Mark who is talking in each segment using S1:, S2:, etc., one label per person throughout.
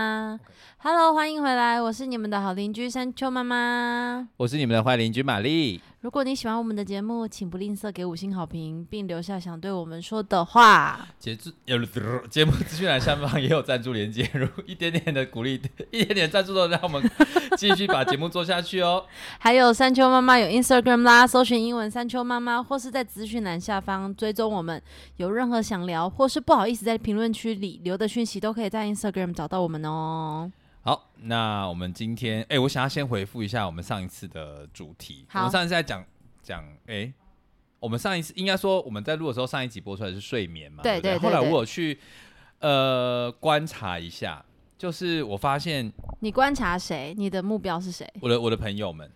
S1: 嗯欢迎回来，我是你们的好邻居山丘妈妈。
S2: 我是你们的坏邻居玛丽。
S1: 如果你喜欢我们的节目，请不吝啬给五星好评，并留下想对我们说的话。
S2: 节制呃，节目资讯栏下方也有赞助连接，如一点点的鼓励， 一点点赞助都让我们继续把节目做下去哦。
S1: 还有山丘妈妈有 Instagram 啦，搜寻英文山丘妈妈，或是在资讯栏下方追踪我们。有任何想聊或是不好意思在评论区里留的讯息，都可以在 Instagram 找到我们哦。
S2: 好，那我们今天，哎、我想要先回复一下我们上一次的主题。
S1: 好
S2: 我们上一次在讲讲，哎、我们上一次应该说我们在录的时候，上一集播出来是睡眠嘛？
S1: 对
S2: 对
S1: 对
S2: 不
S1: 对
S2: 后来
S1: 对
S2: 我有去呃观察一下，就是我发现
S1: 你观察谁？你的目标是谁？
S2: 我的我的朋友们，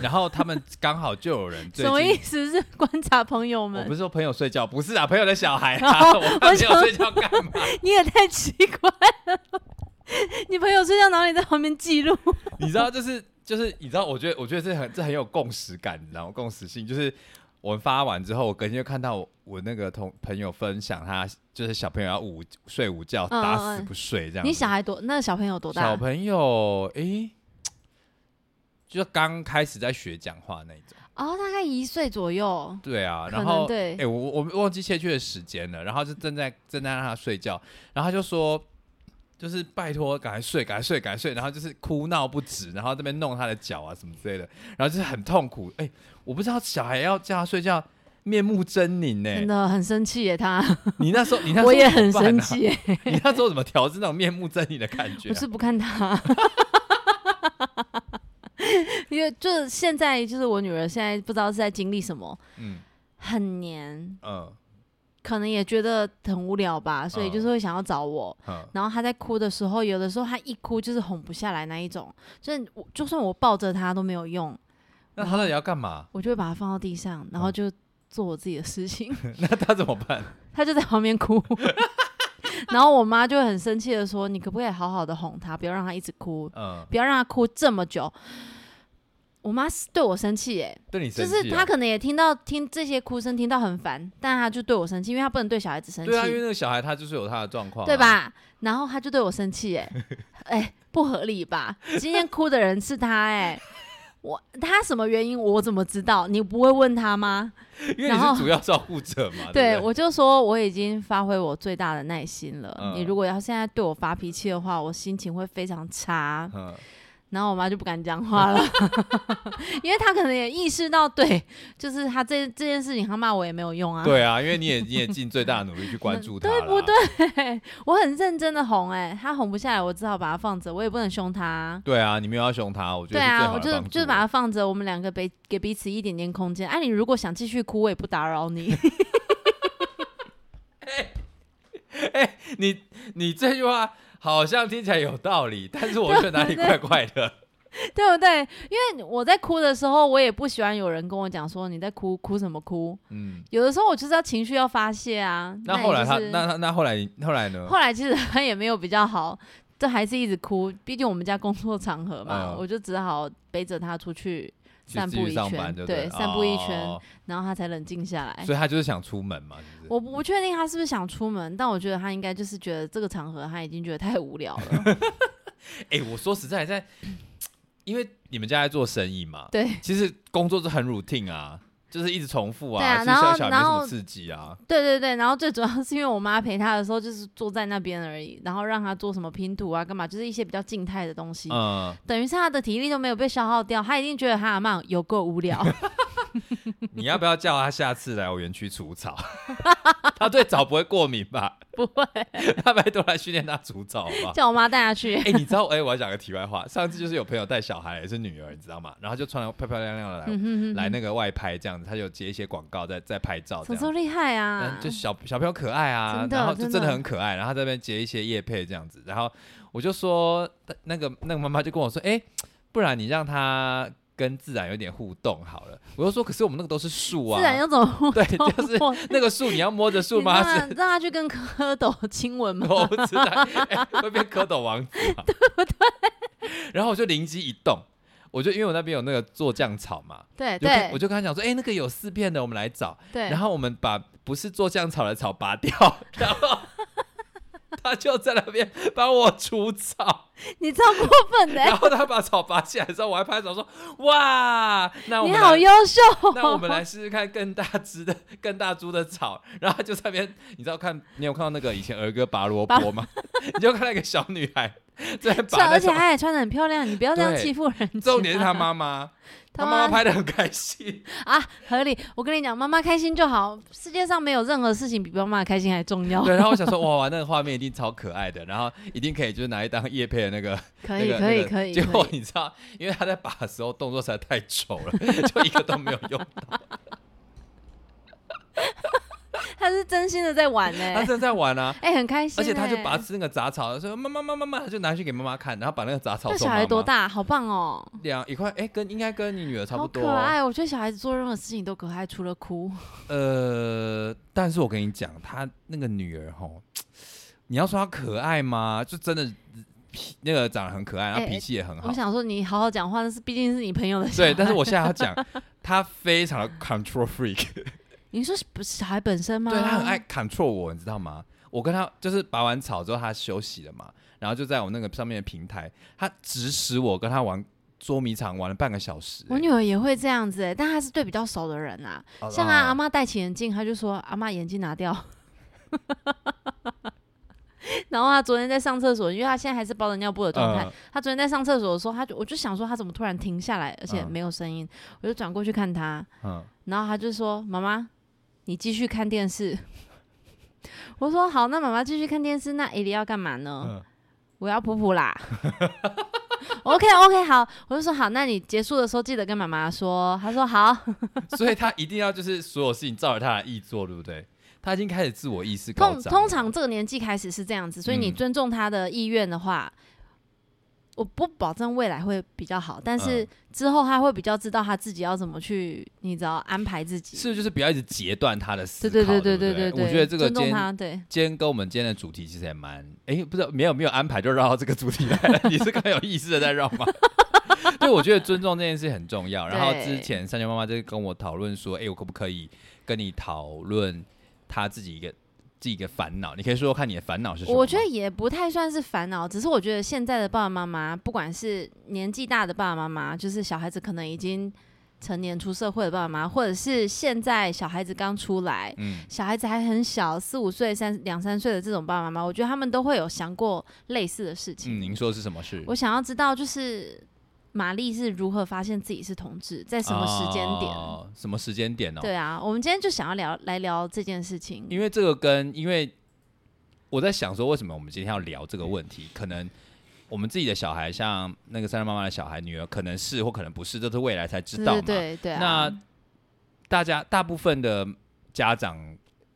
S2: 然后他们刚好就有人最
S1: 什么
S2: 近
S1: 意思？是观察朋友
S2: 我
S1: 们
S2: 不？是说朋友睡觉，不是啊，朋友的小孩
S1: 哦
S2: 啊，我
S1: 我
S2: 朋
S1: 想
S2: 友睡觉干嘛？
S1: 你也太奇怪了。你朋友睡觉，然后你在旁边记录，
S2: 你知道，就是就是，你知道，我觉得我觉得这很这很有共识感，你知道吗？共识性就是我们发完之后，我隔天就看到我我那个同朋友分享他就是小朋友要午睡午觉，
S1: 嗯
S2: 打
S1: 嗯
S2: 死不睡这样子。
S1: 你小孩多，那个小朋友多大？啊
S2: 小朋友诶，就刚开始在学讲话那种。
S1: 哦，大概一岁左右。
S2: 对啊，
S1: 可
S2: 然
S1: 能
S2: 后
S1: 对
S2: 哎、我我我忘记切去的时间了，然后就正在正在让他睡觉，然后他就说，就是拜托赶快睡，赶快睡，赶快睡，然后就是哭闹不止，然后这边弄他的脚啊什么之类的，然后就是很痛苦。哎、我不知道小孩要叫他睡觉，面目狰狞呢、
S1: 真的很生气耶，他、
S2: 你那时候你那时候、
S1: 我也很生气，耶，
S2: 啊你那时候怎么调制那种面目狰狞的感觉、
S1: 我
S2: 啊？
S1: 是不看他， 因为就是现在就是我女儿现在不知道是在经历什么，
S2: 嗯
S1: 很黏，
S2: 嗯
S1: 可能也觉得很无聊吧，所以就是会想要找我。
S2: 嗯，
S1: 然后她在哭的时候，有的时候她一哭就是哄不下来那一种，就是我就算我抱着她都没有用，
S2: 那他到底要干嘛？
S1: 我就会把她放到地上，然后
S2: 哦
S1: 就做我自己的事情。
S2: 那他怎么办？
S1: 他就在旁边哭。 然后我妈就会很生气的说：“你可不可以好好的哄她，不要让她一直哭，
S2: 嗯，
S1: 不要让她哭这么久。”我妈是对我生气耶、
S2: 对你
S1: 就
S2: 生气、啊？
S1: 是她可能也听到听这些哭声，听到很烦，但她就对我生气，因为她不能对小孩子生气，
S2: 对啊，因为那个小孩他就是有他的状况、啊
S1: 对？吧？然后她就对我生气、耶，哎、不合理吧？今天哭的人是她、哎， 我她什么原因我怎么知道？你不会问她吗？
S2: 因为
S1: 然
S2: 你
S1: 后
S2: 是主要照顾者 嘛，
S1: 对，
S2: 不啊对
S1: 我就说我已经发挥我最大的耐心了。
S2: 嗯
S1: 你如果要现在对我发脾气的话，我心情会非常差。
S2: 嗯，
S1: 然后我妈就不敢讲话了， 因为她可能也意识到，对，就是她这这件事情，她骂我也没有用啊。
S2: 对啊，因为你也你也尽最大的努力去关注 他，
S1: 对不？对？ 我很认真的哄、哎，她哄不下来，我只好把她放着，我也不能凶她。
S2: 对啊，你没有要凶他，我觉
S1: 对
S2: 得是最
S1: 啊，
S2: 好
S1: 我
S2: 的
S1: 就是
S2: 帮助
S1: 就是把她放着，我们两个给给彼此一点点空间。哎、你如果想继续哭，我也不打扰你。
S2: 你你这句话好像听起来有道理，但是我 觉得哪里怪怪的。
S1: 对不对？因为我在哭的时候，我也不喜欢有人跟我讲说你在哭，哭什么哭？
S2: 嗯，
S1: 有的时候我就是要情绪要发泄啊。
S2: 那
S1: 也
S2: 后来他
S1: 就是
S2: 那那那后来后来呢？
S1: 后来其实他也没有比较好，这还是一直哭。毕竟我们家工作场合嘛，
S2: 嗯
S1: 我就只好背着他出去
S2: 去
S1: 散
S2: 继
S1: 步
S2: 续
S1: 一
S2: 上班
S1: 圈，
S2: 就
S1: 对，
S2: 了
S1: 散步一圈，
S2: 哦
S1: 然后他才冷静下来。
S2: 所以他就是想出门嘛，是不是？
S1: 我不不确定他是不是想出门，但我觉得他应该就是觉得这个场合他已经觉得太无聊 了。
S2: 哎、我说实在在，因为你们家在做生意嘛，
S1: 对，
S2: 其实工作是很 routine 啊，就是一直重复
S1: 对啊
S2: 啊，其实
S1: 然后
S2: 小小孩没什
S1: 然后
S2: 么刺激啊，
S1: 对对对，然后最主要是因为我妈陪她的时候，就是坐在那边而已，然后让她做什么拼图啊，干嘛，就是一些比较静态的东西，
S2: 嗯。
S1: 等于是她的体力都没有被消耗掉，她一定觉得她阿妈有够无 聊。
S2: 你要不要叫他下次来我园区除草？ 他对草不会过敏吧？
S1: 不会，
S2: 他拜托来训练他除草 吧。
S1: 叫我妈带她去。
S2: 哎、你知道？哎、我要讲个题外话。上次就是有朋友带小孩，也是女儿，你知道吗？然后就穿得漂漂亮亮的来、
S1: 嗯哼
S2: 来那个外拍，这样子，他有接一些广告在在拍照
S1: 怎么
S2: 这样
S1: 这么
S2: 子。
S1: 厉害啊
S2: 嗯，？就小小朋友可爱啊
S1: 真，的
S2: 然后就
S1: 真的
S2: 真的很可爱，然后他这边接一些叶配这样子，然后我就说，那个那个妈妈就跟我说，哎、不然你让他跟自然有点互动好了。我就说，可是我们那个都是树啊，
S1: 自然又怎么互
S2: 对，
S1: 动？
S2: 就是
S1: 我
S2: 那个树，你要摸着树
S1: 你让
S2: 吗？
S1: 她
S2: 是，
S1: 让她去跟蝌蚪亲吻 吗？
S2: 我不知道，哎会变蝌蚪王子 嘛，对不对？ 然后我就灵机一动，我就因为我那边有那个做酱草嘛，
S1: 对
S2: 我就跟
S1: 对
S2: 我就跟他讲说，哎、那个有四片的，我们来找，
S1: 对
S2: 然，后我们把不是做酱草的草拔掉，然后他就在那边帮我除草，
S1: 你超过分的、
S2: 然后他把草拔起来之后，我还拍手说：“哇， 那我
S1: 你
S2: 们
S1: 好
S2: 来
S1: 优秀、哦。
S2: 那 我们来试试看更大只的、更大株的草，然后他就在那边，你知道看，你有看到那个以前儿歌拔萝卜吗？ 你就看到一个小女孩在那边
S1: 穿，
S2: 拔那
S1: 而且
S2: 种，
S1: 她也穿的很漂亮，你不要这样
S2: 对
S1: 欺负人家。
S2: 重点是她妈妈，她
S1: 她
S2: 妈妈
S1: 妈
S2: 拍的很 开心，
S1: 啊，合理。我跟你讲，妈妈开心就好，世界上没有任何事情比妈妈开心还重要。
S2: 对，然后我想说，哇哇，那个画面一定超可爱的，然后一定可以就是拿来当叶配的那个
S1: 可以，
S2: 那个
S1: 可以，
S2: 那个
S1: 可以。
S2: 结
S1: 可
S2: 果
S1: 以
S2: 你知道，因为他在拔的时候动作实在太丑了， 就一个都没有用。
S1: 她是真心的在玩呢、
S2: 他真的在玩啊，
S1: 哎、很开心、
S2: 而
S1: 欸。
S2: 且他就拔那个杂草，说妈妈妈妈妈，他就拿去给妈妈看，然后把那个杂草
S1: 那
S2: 送
S1: 小
S2: 妈妈。
S1: 孩多？大？好棒哦，
S2: 两一块，哎，跟应该跟你女儿差不
S1: 好
S2: 多。啊
S1: 可爱。哦我觉得小孩子做任何事情都可爱，除了哭。
S2: 呃，但是我跟你讲，他那个女儿吼，你要说她可爱吗？就真的脾那个长得很可爱，然后
S1: 哎
S2: 脾气也很好。
S1: 我想说，你好好讲话，那是毕竟是你朋友的小孩。
S2: 对，但是我现在 要讲，他非常的 control freak。
S1: 你说是不是小孩本身吗？
S2: 对他很爱 control 我，你知道吗？我跟他就是拔完草之后，他休息了嘛，然后就在我那个上面的平台，他指使我跟他玩捉迷藏，玩了半个小时、哎
S1: 我女儿也会这样子、欸，但她是对比较熟的人啊。
S2: 哦
S1: 像啊，
S2: 哦
S1: 阿妈戴起眼镜，她就说阿妈眼镜拿掉。 然后她昨天在上厕所，因为她现在还是包着尿布的状态。
S2: 嗯
S1: 她昨天在上厕所的时候，她就我就想说她怎么突然停下来，而且
S2: 嗯
S1: 没有声音，我就转过去看她，
S2: 嗯，
S1: 然后她就说妈妈，你继续看电视。 我说好，那妈妈继续看电视，那伊利要干嘛呢？
S2: 嗯
S1: 我要普普啦。OK OK 好，我就说好，那你结束的时候记得跟妈妈说。她说好，
S2: 所以他一定要就是所有事情照着他的意做，对不对？他已经开始自我意识高
S1: 通
S2: 涨
S1: 通
S2: 了
S1: 常这个年纪开始是这样子，所以你
S2: 嗯
S1: 尊重他的意愿的话，我不保证未来会比较好，但是
S2: 嗯
S1: 之后他会比较知道他自己要怎么去，你知道安排自己。
S2: 是不是就是不要一直截断他的思
S1: 对
S2: 考，
S1: 对对对
S2: 对不
S1: 对对，
S2: 我觉得这个
S1: 尊
S2: 今
S1: 重
S2: 天
S1: 他，对
S2: 今天跟我们今天的主题其实也蛮，哎，不是没有没有安排就绕到这个主题来了，你是更有意识的在绕 吗？对，我觉得尊重这件事很重要。然后之
S1: 对
S2: 前三千妈妈就跟我讨论说，哎，我可不可以跟你讨论他自己一个自己一个烦恼？你可以说说看你的烦恼是什么吗？
S1: 我觉得也不太算是烦恼，只是我觉得现在的爸爸妈妈，不管是年纪大的爸爸妈妈，就是小孩子可能已经成年出社会的爸爸妈妈，或者是现在小孩子刚出来，
S2: 嗯，
S1: 小孩子还很小，四五岁、三两三岁的这种爸爸妈妈，我觉得他们都会有想过类似的事情。
S2: 嗯，您说的是什么事？
S1: 我想要知道，就是玛丽是如何发现自己是同志，在什么时间点？
S2: 哦什么时间点哦？
S1: 对啊，我们今天就想要聊来聊这件事情。
S2: 因为这个跟因为我在想说，为什么我们今天要聊这个问题？可能我们自己的小孩，像那个三三妈妈的小孩女儿，可能是或可能不是，这是未来才知道嘛。
S1: 对对对、啊，
S2: 那大家大部分的家长，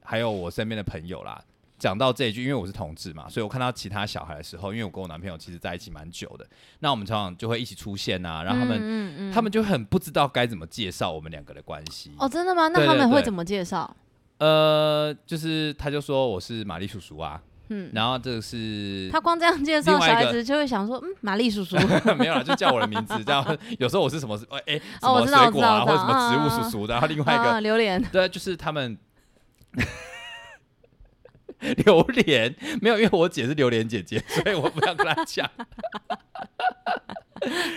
S2: 还有我身边的朋友啦，讲到这一句，因为我是同志嘛，所以我看到其他小孩的时候，因为我跟我男朋友其实在一起蛮久的，那我们常常就会一起出现啊，让他
S1: 嗯
S2: 们、
S1: 嗯嗯
S2: 他们就很不知道该怎么介绍我们两个的关系。
S1: 哦，真的吗？那
S2: 对
S1: 他
S2: 对
S1: 们会
S2: 对
S1: 怎么介绍？
S2: 呃，就是他就说我是玛丽叔叔啊，
S1: 嗯，
S2: 然后这个是
S1: 他光这样介绍，
S2: 另
S1: 小
S2: 外一个
S1: 孩子就会想说，嗯，玛丽叔叔，
S2: 没有啦，就叫我的 名字，这样有时候我是什么呃哎、什
S1: 哦我
S2: 么
S1: 知道
S2: 水果
S1: 我
S2: 啊，或
S1: 知道
S2: 者什么植物叔叔的，然后另外一个、
S1: 啊，榴莲，
S2: 对，就是他们 榴莲没有，因为我姐是榴莲姐姐，所以我不要跟她讲。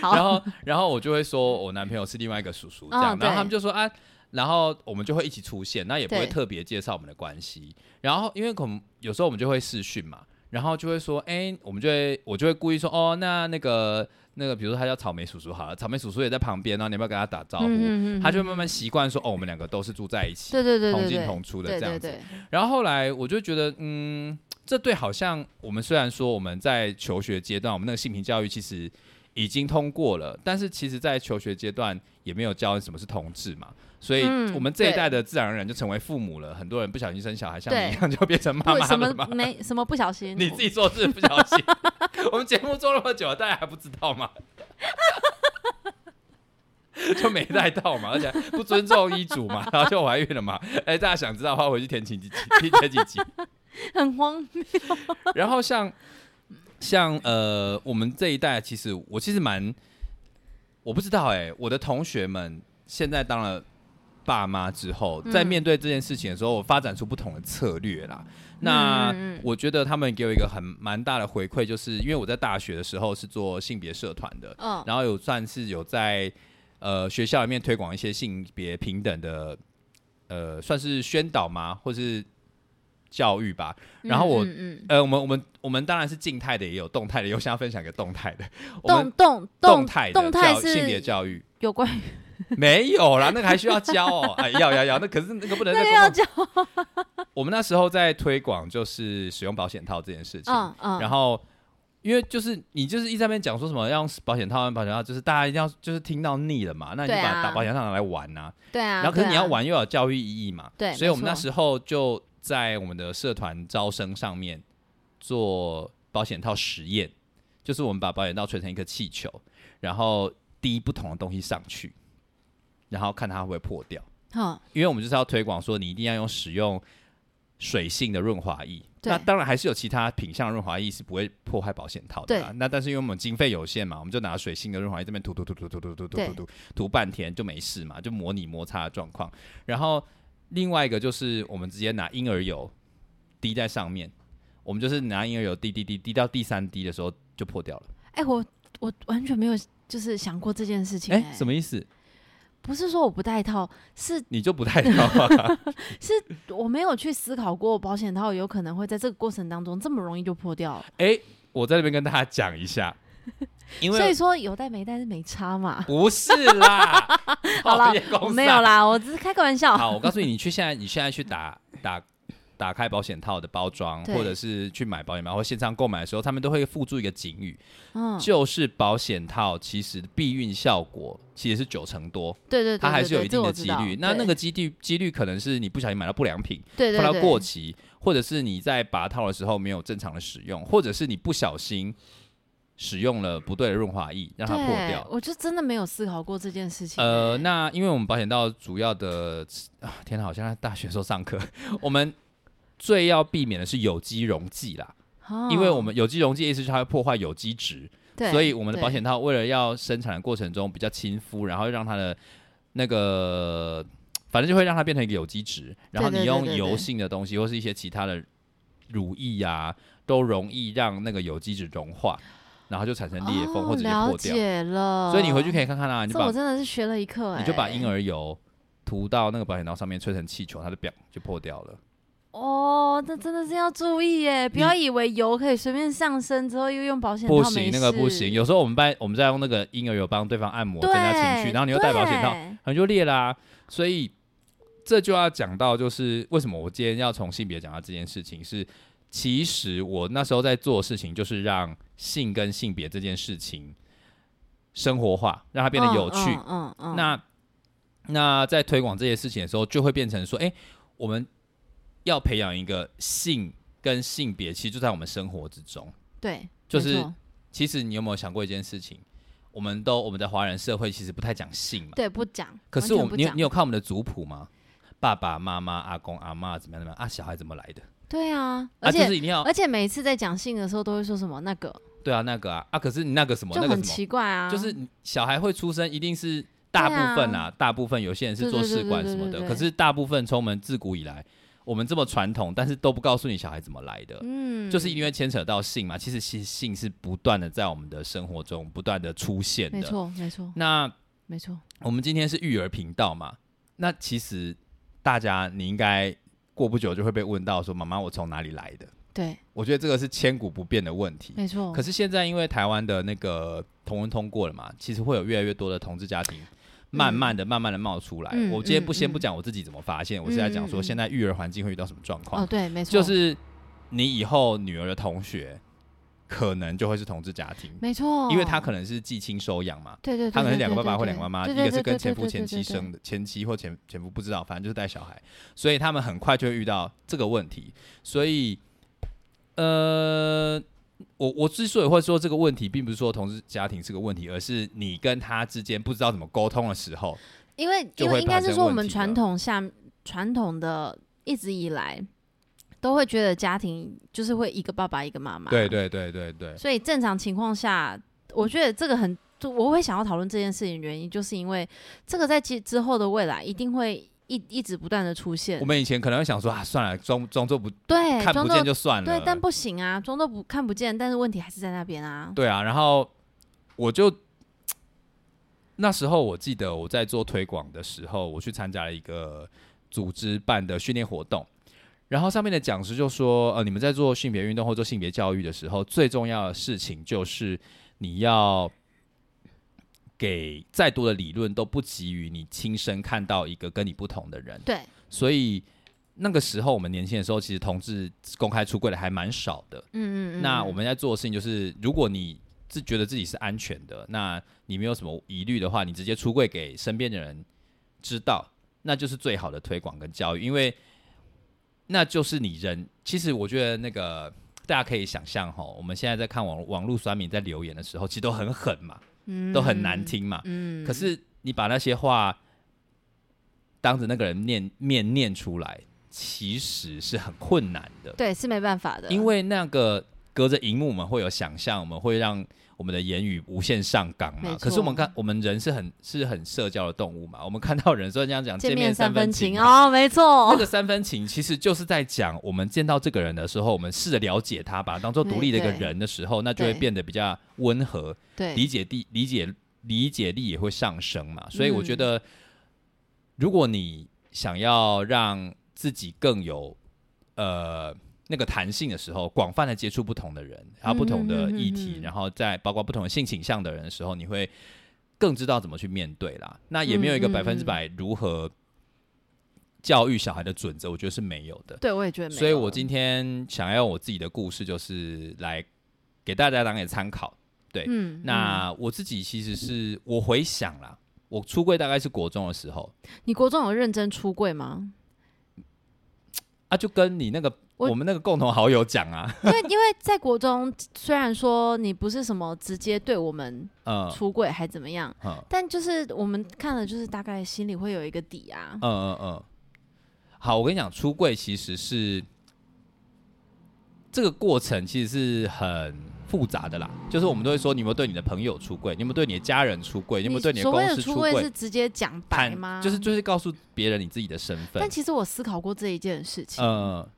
S2: 然
S1: 好，
S2: 后然后我就会说我男朋友是另外一个叔叔这样，
S1: 哦对
S2: 然后他们就说啊，然后我们就会一起出现，那也不会
S1: 对
S2: 特别介绍我们的关系。然后因为可能有时候我们就会视讯嘛，然后就会说，哎，我们就会我就会故意说，哦，那那个那个，比如说他叫草莓叔叔好了，草莓叔叔也在旁边，然后你要不要跟他打招呼？
S1: 嗯嗯嗯嗯
S2: 他就会慢慢习惯说，哦，我们两个都是住在一起，
S1: 对对对
S2: 同
S1: 对
S2: 进
S1: 对，
S2: 同出的
S1: 对
S2: 这样
S1: 对
S2: 子。
S1: 对，
S2: 然后后来我就觉得，嗯，这对好像我们虽然说我们在求学阶段，我们那个性平教育其实已经通过了，但是其实在求学阶段也没有教什么是同志嘛，所以
S1: 嗯
S2: 我们这一
S1: 对
S2: 代的自然而然就成为父母了。很多人不小心生小孩，像
S1: 对
S2: 你一样就变成妈
S1: 不
S2: 妈
S1: 什么
S2: 了嘛。
S1: 没什么不小心，
S2: 你自己做事不小心， 我们节目做那么久了，大家还不知道吗？ 就没带到嘛，而且不尊重医嘱嘛，然后就怀孕了嘛。哎、大家想知道的话，回去填几集，听填几集。
S1: 很慌，
S2: 然后像像呃，我们这一代，其实我其实蛮，我不知道哎、我的同学们现在当了爸妈之后，在面对这件事情的时候，我发展出不同的策略啦。那
S1: 嗯嗯嗯
S2: 我觉得他们给我一个很蛮大的回馈，就是因为我在大学的时候是做性别社团的，
S1: 嗯
S2: 然后有算是有在呃学校里面推广一些性别平等的呃算是宣导嘛，或是教育吧。然后我
S1: 嗯嗯嗯
S2: 呃，我们我们我们当然是静态的，也有动态的，也有想要分享一个动态的，我
S1: 动
S2: 们
S1: 动
S2: 动态的
S1: 动态
S2: 教
S1: 是
S2: 性别教育
S1: 有关于
S2: 没有啦，那个还需要 教哦，哎要要要，那可是那个不能在
S1: 那个
S2: 公
S1: 要
S2: 共
S1: 讲，
S2: 我们那时候在推广就是使用保险套这件事情，
S1: 嗯嗯，
S2: 然后因为就是你就是一直在那边讲说什么要用保险套，用保险套，就是大家一定要就是听到腻了嘛，那你就
S1: 对
S2: 把
S1: 啊
S2: 打保险套拿来玩呐、
S1: 对啊，
S2: 然后可是
S1: 对
S2: 你要
S1: 啊，
S2: 玩又有教育意义嘛，
S1: 对
S2: 所以我们
S1: 没
S2: 那
S1: 错
S2: 时候就在我们的社团招生上面做保险套实验，就是我们把保险套吹成一个气球，然后滴不同的东西上去，然后看它会不会破掉。
S1: 好，
S2: 因为我们就是要推广说，你一定要用使用水性的润滑液。
S1: 对
S2: 那当然还是有其他品相润滑液是不会破坏保险套的啦。那但是因为我们经费有限嘛，我们就拿水性的润滑液这边涂涂涂涂涂涂涂涂涂涂涂半天就没事嘛，就模拟摩擦的状况。然后另外一个就是我们直接拿婴儿油滴在上面，我们就是拿婴儿油滴滴滴滴到第三滴的时候就破掉了。
S1: 哎，我我完全没有就是想过这件事情，
S2: 哎，
S1: 哎，
S2: 什么意思？
S1: 不是说我不戴套，是
S2: 你就不太知 道啊？
S1: 我没有去思考过保险套有可能会在这个过程当中这么容易就破掉，
S2: 哎，我在这边跟大家讲一下，因为
S1: 所以说有戴没戴是没差嘛。
S2: 不是 啦，
S1: 好
S2: 了
S1: 了，我没有。啦，我只是开个玩笑。
S2: 好，我告诉你，你去现在，你现在去打打打开保险套的包装，
S1: 对
S2: 或者是去买保险套或线上购买的时候，他们都会附注一个警语，
S1: 嗯，
S2: 就是保险套其实避孕效果其实是九成多，
S1: 对对对，
S2: 它还是
S1: 对
S2: 有一定的几率。那那，个
S1: 对
S2: 几率几率可能是你不小心买到不良品，
S1: 对
S2: 放
S1: 对
S2: 到
S1: 对，
S2: 过期，或者是你在拔套的时候没有正常的使用，或者是你不小心使用了不对的润滑液，让它破
S1: 对
S2: 掉。
S1: 我就真的没有思考过这件事情。
S2: 呃，
S1: 哎
S2: 那因为我们保险到主要的，啊、天哪，好像在大学时候上课， 我们最要避免的是有机溶剂啦，
S1: 哦
S2: 因为我们有机溶剂的意思是它会破坏有机质，
S1: 对
S2: 所以我们的保
S1: 对
S2: 险套为了要生产的过程中比较亲肤，然后让它的那个，反正就会让它变成一个有机质，然后
S1: 对对对
S2: 你用
S1: 对
S2: 油
S1: 对
S2: 性的东西或是一些其他的乳液啊，都容易让那个有机质融化，然后就产生裂缝、
S1: 哦
S2: 或者是
S1: 了
S2: 破掉。
S1: 解了，
S2: 所以你回去可以看看啊啦、你就
S1: 这
S2: 把
S1: 我真的是学了一课哎，
S2: 你就把婴儿油涂到那个保险套上面，吹成气球，它就表就破掉了。
S1: 哦，这真的是要注意耶，不要以为油可以随便上升，之后又用保险套
S2: 不
S1: 没
S2: 行，那个不
S1: 事
S2: 行。，有时候我们帮我们在用那个婴儿油帮对方按摩，增
S1: 对，
S2: 加情绪，然后你又戴保险套，
S1: 对，
S2: 然后就裂啦、所以这就要讲到，就是为什么我今天要从性别讲到这件事情是。其实我那时候在做的事情，就是让性跟性别这件事情生活化，让它变得有趣。
S1: 嗯嗯嗯，
S2: 那那在推广这些事情的时候，就会变成说，哎、我们要培养一个性跟性别，其实就在我们生活之中。
S1: 对，
S2: 就是
S1: 没错
S2: 其实你有没有想过一件事情？我们都我们的华人社会其实不太讲性嘛，
S1: 对不讲，
S2: 可是我
S1: 完全不
S2: 们你有
S1: 讲
S2: 你有看我们的族谱吗？爸爸妈妈、阿公阿妈怎么样怎么样啊？小孩怎么来的？
S1: 对啊，
S2: 啊，
S1: 而
S2: 就
S1: 且、
S2: 是一定要
S1: 而且每次在讲性的时候都会说什么那个，
S2: 对啊那个啊啊，可是你那个什么
S1: 就
S2: 那个
S1: 很
S2: 什么，
S1: 奇怪啊，
S2: 就是你小孩会出生，一定是大部分啊，大部分有些人是做试管什
S1: 对对
S2: 么
S1: 对对
S2: 的，
S1: 对
S2: 可是大部分从我们自古以来，我们这么传统，但是都不告诉你小孩怎么来的，
S1: 嗯，
S2: 就是因为牵扯到性嘛。其实性性是不断的在我们的生活中不断的出现
S1: 没
S2: 的。
S1: 错没错
S2: 那
S1: 没错，
S2: 我们今天是育儿频道嘛，那其实大家你应该过不久就会被问到说，妈妈我从哪里来的？
S1: 对
S2: 我觉得这个是千古不变的问题。
S1: 没错，
S2: 可是现在因为台湾的那个同婚通过了嘛，其实会有越来越多的同志家庭。慢慢的、慢慢的冒出来。
S1: 嗯
S2: 我今天
S1: 嗯
S2: 不先
S1: 嗯
S2: 不讲我自己怎么发现，我是在讲
S1: 嗯
S2: 说
S1: 嗯嗯
S2: 现在育儿环境会遇到什么状况。
S1: 哦对没错，
S2: 就是你以后女儿的同学，可能就会是同志家庭，
S1: 没错，
S2: 因为她可能是寄亲收养嘛，
S1: 对对对对对对对，
S2: 她可能是两个爸爸或两个妈妈，一
S1: 对
S2: 个是跟前夫
S1: 对
S2: 前妻，
S1: 对对对对对对
S2: 生的，前妻或前前夫不知道，反正就是带小孩，所以他们很快就会遇到这个问题。所以，呃，我我之所以会说这个问题，并不是说同志家庭是个问题，而是你跟他之间不知道怎么沟通的时候，
S1: 因为
S2: 就
S1: 因
S2: 会
S1: 为应该
S2: 发生
S1: 是说我
S2: 问
S1: 们
S2: 题啊
S1: 传
S2: 了
S1: 统下传统的一直以来都会觉得家庭就是会一个爸爸一个妈妈，
S2: 对对对对对，
S1: 所以正常情况下，我觉得这个很，就我会想要讨论这件事情，原因就是因为这个在其之后的未来一定会一一直不断的出现
S2: 我。们以前可能会想说啊，算了，装装作不
S1: 对，
S2: 看
S1: 哎装
S2: 不
S1: 作
S2: 见就算了。
S1: 对，但不行啊，装作不看不见，但是问题还是在那边啊。
S2: 对啊，然后我就那时候我记得我在做推广的时候，我去参加了一个组织办的训练活动，然后上面的讲师就说，呃，你们在做性别运动或做性别教育的时候，最重要的事情就是你要。给再多的理论都不及于你亲身看到一个跟你不同的人，
S1: 对，
S2: 所以那个时候我们年轻的时候，其实同志公开出柜的还蛮少的。
S1: 嗯嗯嗯。
S2: 那我们在做的事情就是，如果你自觉得自己是安全的，那你没有什么疑虑的话，你直接出柜给身边的人知道，那就是最好的推广跟教育，因为那就是你人。其实我觉得那个大家可以想象哈，我们现在在看网网络酸民在留言的时候，其实都很狠嘛，
S1: 嗯
S2: 都很难。听嘛。
S1: 嗯，
S2: 可是你把那些话当着那个人念面念出来，其实是很困难的。
S1: 对是没办法的，
S2: 因为那个隔着荧幕，我们会有想象，我们会让我们的言语无限上纲嘛
S1: 没。
S2: 可是我们
S1: 错
S2: 看，我们人是很是很社交的动物嘛。我们看到人，虽然这样讲，
S1: 见
S2: 面
S1: 面
S2: 三
S1: 分
S2: 情
S1: 情
S2: 啊。
S1: 哦，没
S2: 那
S1: 错，
S2: 个三分情其实就是在讲，我们见到这个人的时候，我们试着了解他，把他当做独立的一个
S1: 对对
S2: 人的时候，那就会
S1: 对
S2: 变得比较温和，
S1: 对，
S2: 理解力理解理解力也会上升嘛。所以我觉
S1: 嗯
S2: 得，如果你想要让自己更有呃那个弹性的时候，广泛的接触不同的人，还有不同的议题，
S1: 嗯嗯嗯嗯嗯
S2: 然后再包括不同的性倾向的人的时候，你会更知道怎么去面对啦。那也没有一
S1: 嗯
S2: 个
S1: 嗯嗯
S2: 百分之百如何教育小孩的准则，我觉得是没有的。
S1: 对我也觉得没有。
S2: 所以我今天想要用我自己的故事，就是来给大家当给参考。
S1: 嗯，
S2: 那我自己其实是我回想啦，我出柜大概是国中的时候
S1: 嗯你国中有认真出柜吗？
S2: 啊，就跟你那个
S1: 我
S2: 我们那个共同好友讲啊，
S1: 因为因为在国中，虽然说你不是什么直接对我们
S2: 嗯
S1: 出柜还怎么样，
S2: 嗯嗯
S1: 但就是我们看了，就是大概心里会有一个底啊。
S2: 嗯嗯，好，我跟你讲，出柜其实是这个过程其实是很复杂的啦，就是我们都会说，你有没有对你的朋友出柜，你有没有对你的家人出柜，你有没有对你的
S1: 所
S2: 公
S1: 谓的
S2: 司
S1: 出
S2: 出
S1: 柜是
S2: 柜，
S1: 直接讲白
S2: 坦
S1: 吗？
S2: 就是就是告诉别人你自己的身份
S1: 但，其实我思考过这一件事情，
S2: 嗯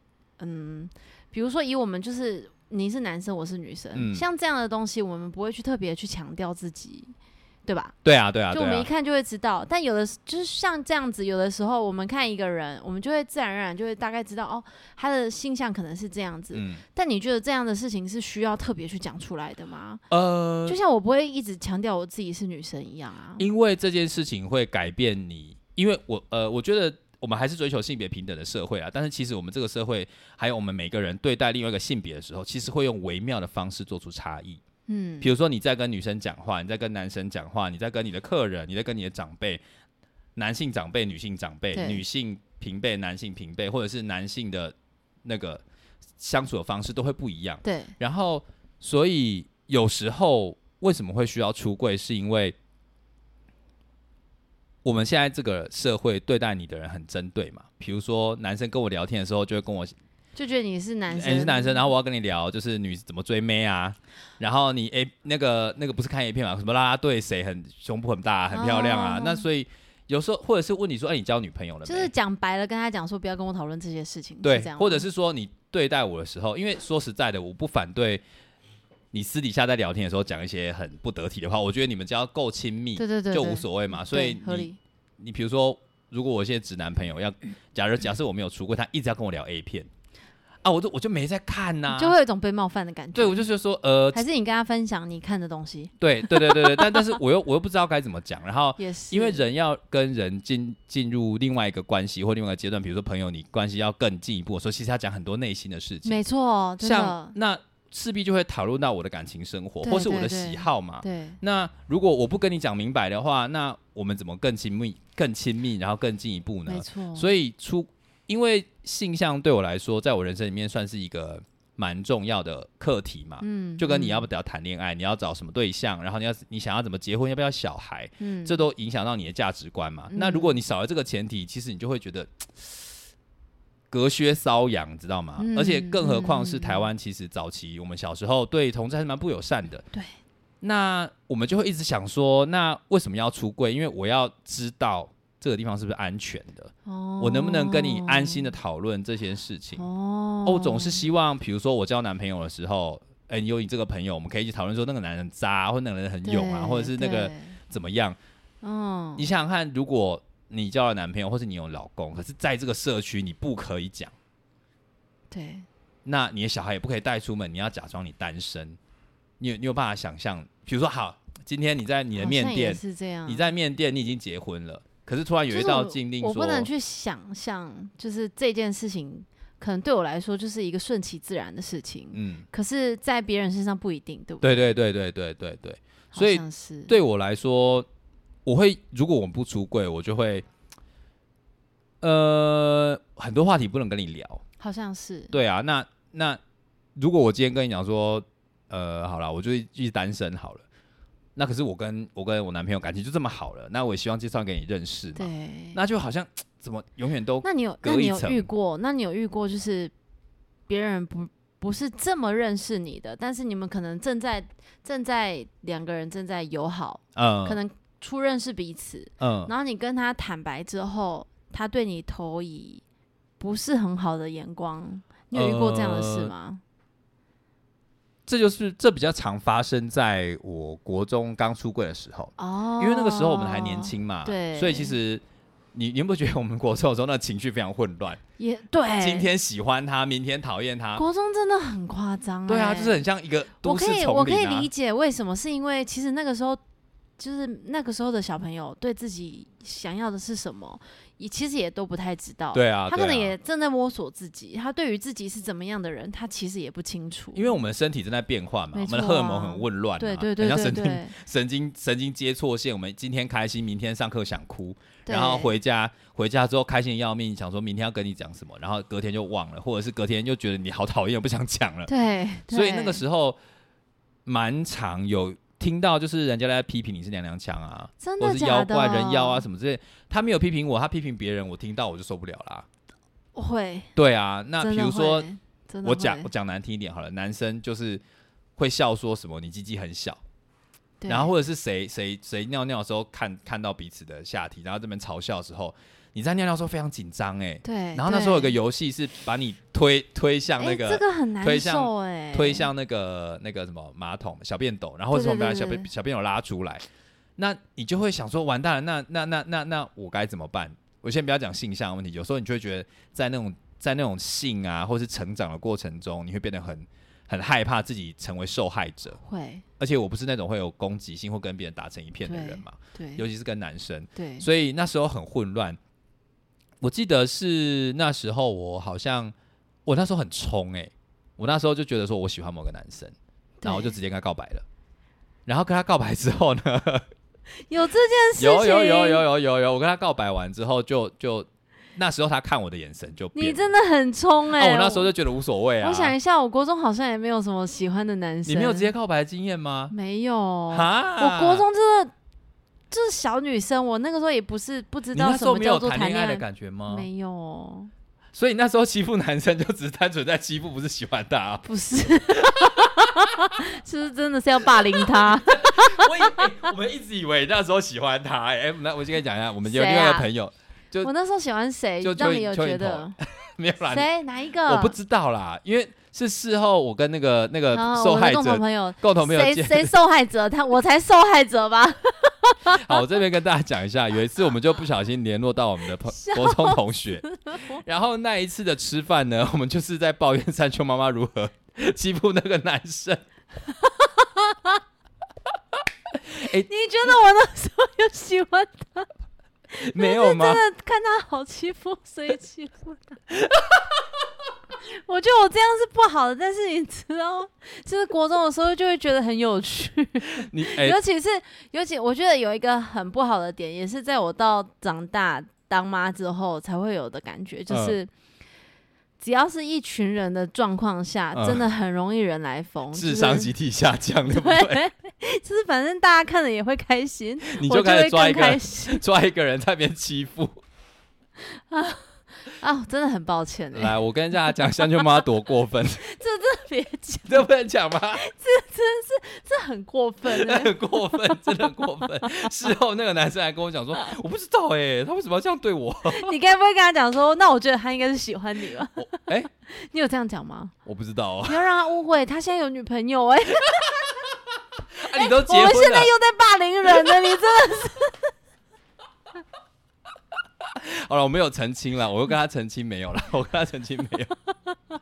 S1: 嗯，比如说以我们就是你是男生，我是女生，
S2: 嗯
S1: 像这样的东西，我们不会去特别去强调自己，对吧？
S2: 对啊对啊
S1: 就
S2: 对
S1: 我们一
S2: 啊，
S1: 看就会知道。但有的时就是像这样子，有的时候我们看一个人，我们就会自然而然就会大概知道哦，他的性向可能是这样子。
S2: 嗯
S1: 但你觉得这样的事情是需要特别去讲出来的吗？
S2: 呃
S1: 就，像我不会一直强调我自己是女生一样啊。
S2: 因为这件事情会改变你，因为我呃，我觉得我们还是追求性别平等的社会啊，但是其实我们这个社会，还有我们每个人对待另外一个性别的时候，其实会用微妙的方式做出差异。
S1: 嗯
S2: 比如说你在跟女生讲话，你在跟男生讲话，你在跟你的客人，你在跟你的长辈，男性长辈、女性长辈、
S1: 对
S2: 女性平辈、男性平辈，或者是男性的那个相处的方式都会不一样。
S1: 对，
S2: 然后，所以有时候为什么会需要出柜，是因为我们现在这个社会对待你的人很针对嘛。比如说，男生跟我聊天的时候，就会跟我，
S1: 就觉得你是男
S2: 哎、
S1: 生，
S2: 你是男生，然后我要跟你聊，就是女怎么追妹啊，然后你哎、那个那个不是看 A 片嘛，什么啦啦队谁很胸部很大、啊、很漂亮啊，
S1: 哦
S2: 那所以有时候或者是问你说，哎、你交女朋友了没？
S1: 就是讲白了，跟他讲说不要跟我讨论这些事情，
S2: 对
S1: 是这，样吗，
S2: 或者是说你对待我的时候，因为说实在的，我不反对你私底下在聊天的时候讲一些很不得体的话。我觉得你们只要够亲密，
S1: 对对对，
S2: 就
S1: 对
S2: 无所谓嘛。所以
S1: 对合
S2: 你
S1: 理，
S2: 你比如说，如果我现在直男朋友要，假如假设我没有出柜，他一直要跟我聊 A 片啊，我就我就没在看呐、
S1: 就会有一种被冒犯的感觉。
S2: 啊对，我就觉得说， 呃，
S1: 还是你跟他分享你看的东西，
S2: 对对对对对，但但是我又我又不知道该怎么讲，然后
S1: 也是
S2: 因为人要跟人进进入另外一个关系或另外一个阶段，比如说朋友，你关系要更进一步的时候，其实要讲很多内心的事情。
S1: 没错，哦真
S2: 像
S1: 的
S2: 那势必就会讨论到我的感情生活，
S1: 对
S2: 或是我
S1: 对
S2: 的
S1: 对
S2: 喜好嘛。
S1: 对
S2: 那如果我不跟你讲明白的话，那我们怎么更亲密、更亲密，然后更进一步呢
S1: 没？错，
S2: 所以出，因为性向对我来说，在我人生里面算是一个蛮重要的课题嘛。
S1: 嗯，
S2: 啊就跟你
S1: 嗯
S2: 要不要谈恋爱，你要找什么对象，然后你要你想要怎么结婚，要不要小孩，
S1: 嗯
S2: 这都影响到你的价值观嘛。那如果你少了这个前提，其实你就会觉得嘖隔靴搔痒，你知道吗？
S1: 嗯
S2: 而且更何况是
S1: 嗯
S2: 台湾，其实早期我们小时候对同志还是蛮不友善的。
S1: 对。
S2: 那我们就会一直想说，那为什么要出柜？因为我要知道这个地方是不是安全的，
S1: 哦，
S2: 我能不能跟你安心的讨论这些事情。
S1: 哦？
S2: 哦，我总是希望，比如说我交男朋友的时候，哎、你有你这个朋友，我们可以一起讨论说那个男人渣、啊，或那个人很勇啊，
S1: 对
S2: 或者是那个
S1: 对
S2: 怎么样。
S1: 嗯
S2: 你想想看，如果你交了男朋友，或是你有老公，可是在这个社区你不可以讲，
S1: 对，
S2: 那你的小孩也不可以带出门，你要假装你单身。你有你有办法想象，比如说好，今天你在你的
S1: 好
S2: 面
S1: 像也
S2: 店，
S1: 是这样，
S2: 你在面店你已经结婚了，可是突然有
S1: 就
S2: 一
S1: 是
S2: 道
S1: 我
S2: 禁令
S1: 我不
S2: 说，
S1: 能去想象，就是这件事情可能对我来说就是一个顺其自然的事情，
S2: 嗯，
S1: 可是，在别人身上不一定，对不
S2: 对对对对对对对。
S1: 好
S2: 所以
S1: 像是
S2: 对我来说，我会如果我不出柜，我就会，呃，很多话题不能跟你聊。
S1: 好像是
S2: 对啊，那那如果我今天跟你讲说，呃，好了，我就一直单身好了。那可是我跟我跟我男朋友感情就这么好了，那我也希望介绍给你认识嘛。
S1: 对
S2: 那就好像怎么永远都
S1: 那你有
S2: 隔
S1: 那你
S2: 一
S1: 有
S2: 层
S1: 遇过？那你有遇过就是别人不不是这么认识你的，但是你们可能正在正在两个人正在友好，
S2: 嗯
S1: 可能初认识彼此，
S2: 嗯
S1: 然后你跟他坦白之后，他对你投以不是很好的眼光，你有遇过这样的事
S2: 呃
S1: 吗？
S2: 这就是这比较常发生在我国中刚出柜的时候。
S1: 哦，
S2: 因为那个时候我们还年，轻嘛，
S1: 对
S2: 所以其实你你有没有觉得我们国中的时候那情绪非常混乱？
S1: 也对。
S2: 今天喜欢他，明天讨厌他，
S1: 国中真的很夸张、欸，
S2: 对啊，就是很像一个
S1: 我
S2: 都市
S1: 可以，我
S2: 丛
S1: 可以
S2: 林啊
S1: 理。解为什么，是因为其实那个时候，就是那个时候的小朋友对自己想要的是什么，也其实也都不太知道。
S2: 对啊，
S1: 他可
S2: 对
S1: 能
S2: 啊
S1: 也正在摸索自己，他对于自己是怎么样的人，他其实也不清楚。
S2: 因为我们身体正在变化嘛，
S1: 没
S2: 我们
S1: 错
S2: 的
S1: 啊
S2: 荷尔蒙很混乱、啊，
S1: 对对对对
S2: 很像神经
S1: 对，
S2: 神经神经接错线。我们今天开心，明天上课想哭，
S1: 对
S2: 然后回家回家之后开心的要命，想说明天要跟你讲什么，然后隔天就忘了，或者是隔天就觉得你好讨厌，不想讲了。
S1: 对，
S2: 所以那个
S1: 候
S2: 时候蛮常有听到，就是人家在批评你是娘娘腔啊，
S1: 真
S2: 或
S1: 的
S2: 是
S1: 假
S2: 妖
S1: 的
S2: 怪人妖啊什么之类。他没有批评我，他批评别人，我听到我就受不了啦。
S1: 会，
S2: 对啊，那
S1: 真
S2: 比
S1: 的
S2: 如说
S1: 会真的
S2: 我讲
S1: 会
S2: 我讲难听一点好了，男生就是会笑说什么你鸡鸡很小，
S1: 对
S2: 然后或者是谁谁谁尿尿的时候看看到彼此的下体，然后这边嘲笑的时候，你在尿尿的时候非常紧张哎。
S1: 对，
S2: 然后那时候有个
S1: 对
S2: 游戏是把你推推向那
S1: 哎
S2: 个
S1: 这个很难
S2: 推向
S1: 受哎、
S2: 推向那个那个什么马桶小便斗，然后
S1: 对对
S2: 从把
S1: 对
S2: 小
S1: 对
S2: 便小便斗拉出来，那你就会想说，完蛋了，那那那那那我该怎么办？我先不要讲性向的问题，有时候你就会觉得在那种在那种性啊，或是成长的过程中，你会变得很很害怕自己成为受害者。
S1: 会
S2: 而且我不是那种会有攻击性或跟别人打成一片的人嘛，
S1: 对
S2: 尤其是跟男生，
S1: 对
S2: 所以那时候很混乱。我记得是那时候我好像我那时候很冲哎、我那时候就觉得说我喜欢某个男生。然后我就
S1: 对
S2: 直接跟他告白了。然后跟他告白 之后呢，
S1: 有这件事情
S2: 有有有有有有有，我跟他告白完之后就，就那时候他看我的眼神就变
S1: 你
S2: 了。
S1: 真的很冲
S2: 那、
S1: 哎、
S2: 啊我那时候就觉得无所谓啊。
S1: 我想一下，我国中好像也没有什么喜欢的男生。
S2: 你没有直接告白的经验吗？
S1: 没有？哦我
S2: 哈，
S1: 国中真的就是小女生，我那个时候也不是不知
S2: 你
S1: 道
S2: 那
S1: 什
S2: 时候
S1: 么
S2: 没
S1: 叫
S2: 有
S1: 做
S2: 谈
S1: 恋
S2: 恋爱的感觉吗？
S1: 没 有，。
S2: 所以那时候欺负男生就只是单纯在欺负，不是喜欢他、啊
S1: 不是， 就是真的是要霸凌他。
S2: 我以哎为我们一直以为那时候喜欢他、哎、那我先跟你讲一下，我们有
S1: 谁啊
S2: 另外一个朋友、 就
S1: 我那时候喜欢谁
S2: 就，
S1: 让
S2: 邱
S1: 你有
S2: 邱
S1: 觉
S2: 颖
S1: 得
S2: 没有啦，
S1: 谁啊哪一个？
S2: 我不知道啦，因为是事后我跟那个那个
S1: 然后
S2: 受
S1: 啊我的
S2: 害
S1: 共同
S2: 者
S1: 朋友，
S2: 共同朋友
S1: 谁
S2: 见。
S1: 谁受害者？他我才受害者吧？
S2: 好，我这边跟大家讲一下，有一次我们就不小心联络到我们的朋国中同学，然后那一次的吃饭呢，我们就是在抱怨山丘妈妈如何 欺负那个男生。
S1: 你觉得我那时候有喜欢他
S2: 没有吗？
S1: 真的看他好欺负，所以欺负他。 我觉得我这样是不好的，但是你知道，就是国中的时候就会觉得很有趣，
S2: 你哎、
S1: 尤其是尤其我觉得有一个很不好的点，也是在我到长大当妈之后才会有的感觉，就是。
S2: 嗯
S1: 只要是一群人的状况下，
S2: 嗯
S1: 真的很容易人来疯，
S2: 智 商集体下降，对不
S1: 就是、
S2: 对？
S1: 对，就是反正大家看了也会开心，
S2: 你
S1: 我就
S2: 开
S1: 会
S2: 始抓一
S1: 更
S2: 个
S1: 开心。
S2: 抓一个人在那边欺负，
S1: 啊，真的很抱歉哎、
S2: 来，我跟大家讲，香秋妈多过分，
S1: 别讲，
S2: 这不能讲吗？
S1: 这很过分哎、
S2: 很过分，真的很过分。事后那个男生还跟我讲说，我不知道哎、他为什么要这样对我？
S1: 你该不会跟他讲说，那我觉得他应该是喜欢你吧？
S2: 我哎、
S1: 你有这样讲吗？
S2: 我不知道哦、
S1: 不要让他误会，他现在有女朋友 哎、
S2: 啊，你都
S1: 我
S2: 结
S1: 们
S2: 婚
S1: 现
S2: 了
S1: 在，又在霸凌人了，你真的是
S2: 好了，我没有澄清了，我又跟他澄清没有了，我跟他澄清没有。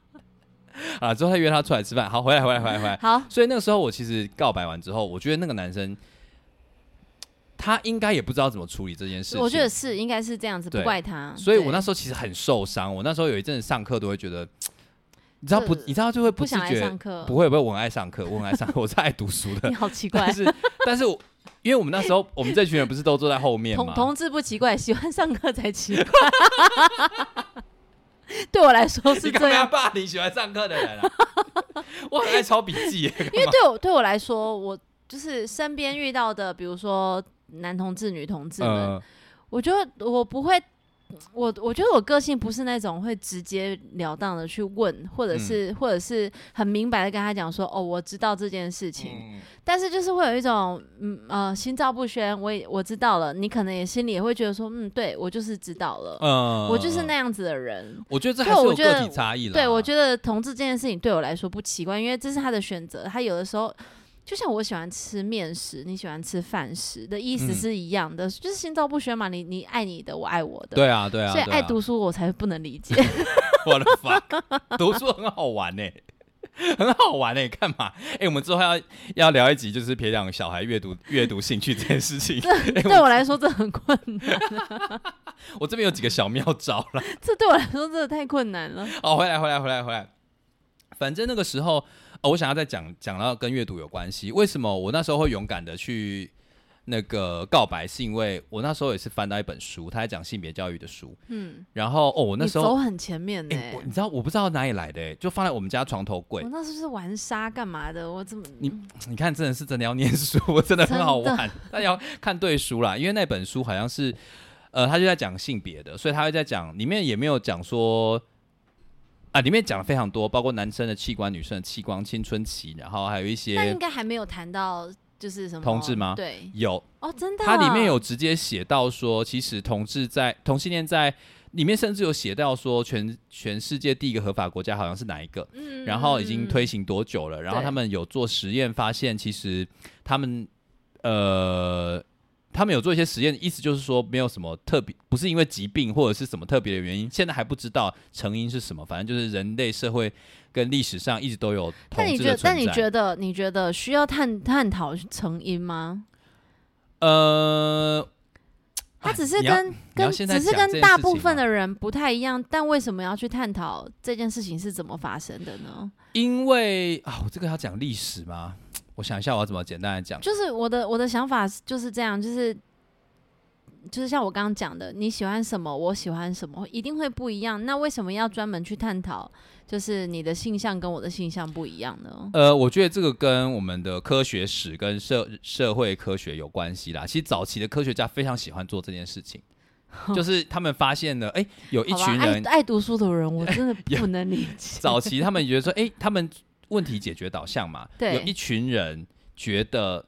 S2: 啊，之后他约他出来吃饭，好，回来，回来，回来，回来。
S1: 好，
S2: 所以那个时候我其实告白完之后，我觉得那个男生他应该也不知道怎么处理这件事情。
S1: 我觉得是应该是这样子，
S2: 对
S1: 不怪他。
S2: 所以我那
S1: 时
S2: 时候其实很受伤。我那时候有一阵子上课都会觉得，你知道不
S1: 这？
S2: 你知道就会
S1: 不
S2: 不自
S1: 想来
S2: 觉
S1: 上，课，
S2: 不会不会，我很爱上课，我很爱上课，我是爱读书的
S1: 你。好奇怪
S2: 但，是但是我因为我们那时候我们这群人不是都坐在后面
S1: 同
S2: 嘛，
S1: 同志不奇怪，喜欢上课才奇怪。 对我来说是这
S2: 你干嘛要
S1: 样，
S2: 霸凌喜欢上课的人啊？ 我很爱抄笔记耶，
S1: 因为对我对我来说，我就是身边遇到的，比如说男同志、女同志们，
S2: 嗯
S1: 我觉得我不会，我我觉得我个性不是那种会直截了当的去问，或者是、
S2: 嗯
S1: 或者是很明白的跟他讲说，哦，我知道这件事情，
S2: 嗯
S1: 但是就是会有一种，嗯呃，心照不宣，我也我知道了，你可能也心里也会觉得说，嗯，对我就是知道了，
S2: 嗯
S1: 我就是那样子的人。
S2: 我觉得这
S1: 所以
S2: 还是啊
S1: 我
S2: 有
S1: 觉得
S2: 个体差异了。
S1: 对，我
S2: 得
S1: 觉得同志这件事情对我来说不奇怪，因为这是他的选择。他有的时候，就像我喜欢吃面食，你喜欢吃饭食的意思
S2: 嗯
S1: 是一样的，就是心照不宣嘛。你你爱你的，我爱我的。
S2: 对啊，对啊，
S1: 所以
S2: 对啊
S1: 爱读书我才不能理 解。
S2: 我的 fuck，读书很好玩呢、欸很好玩呢、干嘛？哎、我们之后要要聊一集，就是培养小孩阅读阅读兴趣这件事 情。
S1: 对我来说这很困 难，
S2: 我这边有几个小妙招了。
S1: 这对我来说真的太困难了。
S2: 哦，回来，回来，回来，回来。反正那个时候，哦、我想要再讲讲到跟阅读有关系。为什么我那时候会勇敢的去那个告白？是因为我那时候也是翻到一本书，他在讲性别教育的书。
S1: 嗯，
S2: 然后哦，我那
S1: 你
S2: 时
S1: 走欸
S2: 候，
S1: 很前面呢、
S2: 哎、我你知道我不知道哪里来的、欸，就放在我们家床头柜
S1: 我。那时候是玩沙干嘛的？我怎么
S2: 你你看，真的是真的要念书， 我真的很好
S1: 真
S2: 玩。但要看对书啦，因为那本书好像是，呃，他就在讲性别的，所以他会在讲里面也没有讲说，啊，里面讲了非常多，包括男生的器官、女生的器官、青春期，然后还有一
S1: 那应
S2: 些
S1: 该还没有谈到就是什么
S2: 同志吗
S1: 对，
S2: 有，
S1: 哦，真的，
S2: 它里面有直接写到说，其实同志在同性恋在里面甚至有写到说全，全世界第一个合法国家好像是哪一个，
S1: 嗯，嗯
S2: 然后已经推行多久了？然后
S1: 对
S2: 他们有做实验，发现其实他们呃，他们有做一些实验，意思就是说没有什么特别，不是因为疾病或者是什么特别的原因，现在还不知道成因是什么。反正就是人类社会跟历史上一直都有同
S1: 但你
S2: 志
S1: 觉
S2: 的
S1: 得，但
S2: 存
S1: 你
S2: 在。
S1: 觉得，你觉得需要探探讨成因吗？
S2: 呃，
S1: 它只是
S2: 你要
S1: 跟
S2: 你要
S1: 跟
S2: 现在
S1: 只是
S2: 讲这
S1: 跟
S2: 件
S1: 大
S2: 事
S1: 部
S2: 情
S1: 分
S2: 吗
S1: 的人不太一样，但为什么要去探讨这件事情是怎么发生的呢？
S2: 因为啊，我这个要讲历史吗？我想一下，我要怎么简单的讲。
S1: 就是我的我的想法是就是这样，就是就是像我刚刚讲的，你喜欢什么，我喜欢什么，一定会不一样。那为什么要专门去探讨，就是你的性向跟我的性向不一样呢？
S2: 呃，我觉得这个跟我们的科学史跟社社会科学有关系啦。其实早期的科学家非常喜欢做这件 事情，就是他们发现了，哎、有一
S1: 好吧
S2: 群 人
S1: 爱爱读书的人，我真的
S2: 有
S1: 不能理 解。
S2: 早期他们觉得说，哎、他们问题解决导向嘛，
S1: 对
S2: 有一群人觉得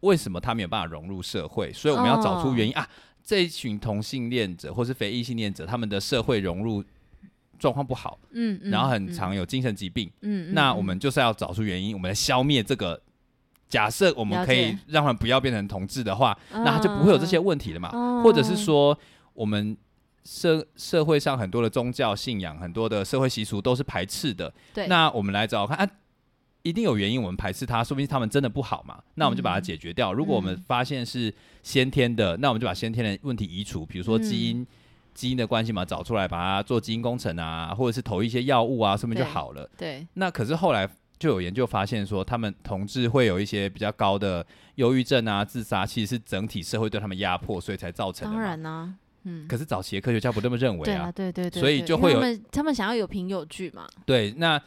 S2: 为什么他没有办法融入社会，所以我们要找出原因、
S1: 哦
S2: 啊。这一群同性恋者或是非异性恋者，他们的社会融入状况不好，
S1: 嗯，嗯
S2: 然后很，常有精神疾病。
S1: 嗯嗯，
S2: 那
S1: 嗯
S2: 我们就是要找出原因，我们来消灭这个。假设我们
S1: 了
S2: 可以
S1: 解
S2: 让他们不要变成同志的话，
S1: 啊
S2: 那他就不会有这些问题了嘛。
S1: 嗯
S2: 或者是说，我们社社会上很多的宗教信仰、很多的社会习俗都是排斥的。
S1: 对
S2: 那我们来找看啊，一定有原因，我们排斥它，说不定他们真的不好嘛。那我们就把它解决掉。如果我们
S1: 嗯
S2: 发现是先天的，那我们就把先天的问题移除，比如说基
S1: 嗯
S2: 因。基因的关系嘛，找出来把它做基因工程啊，或者是投一些药物啊，说不定就
S1: 对
S2: 好了。
S1: 对，
S2: 那可是后来就有研究发现说，他们同志会有一些比较高的忧郁症啊、自杀，其实是整体社会对他们压迫，所以才造成的。
S1: 当，然啦，嗯，
S2: 可是早期的科学家不这么认为
S1: 对
S2: 啊
S1: 啦，。对对对，
S2: 所以
S1: 对
S2: 就
S1: 因为
S2: 会有
S1: 他们他们想要有凭有据嘛，
S2: 对，那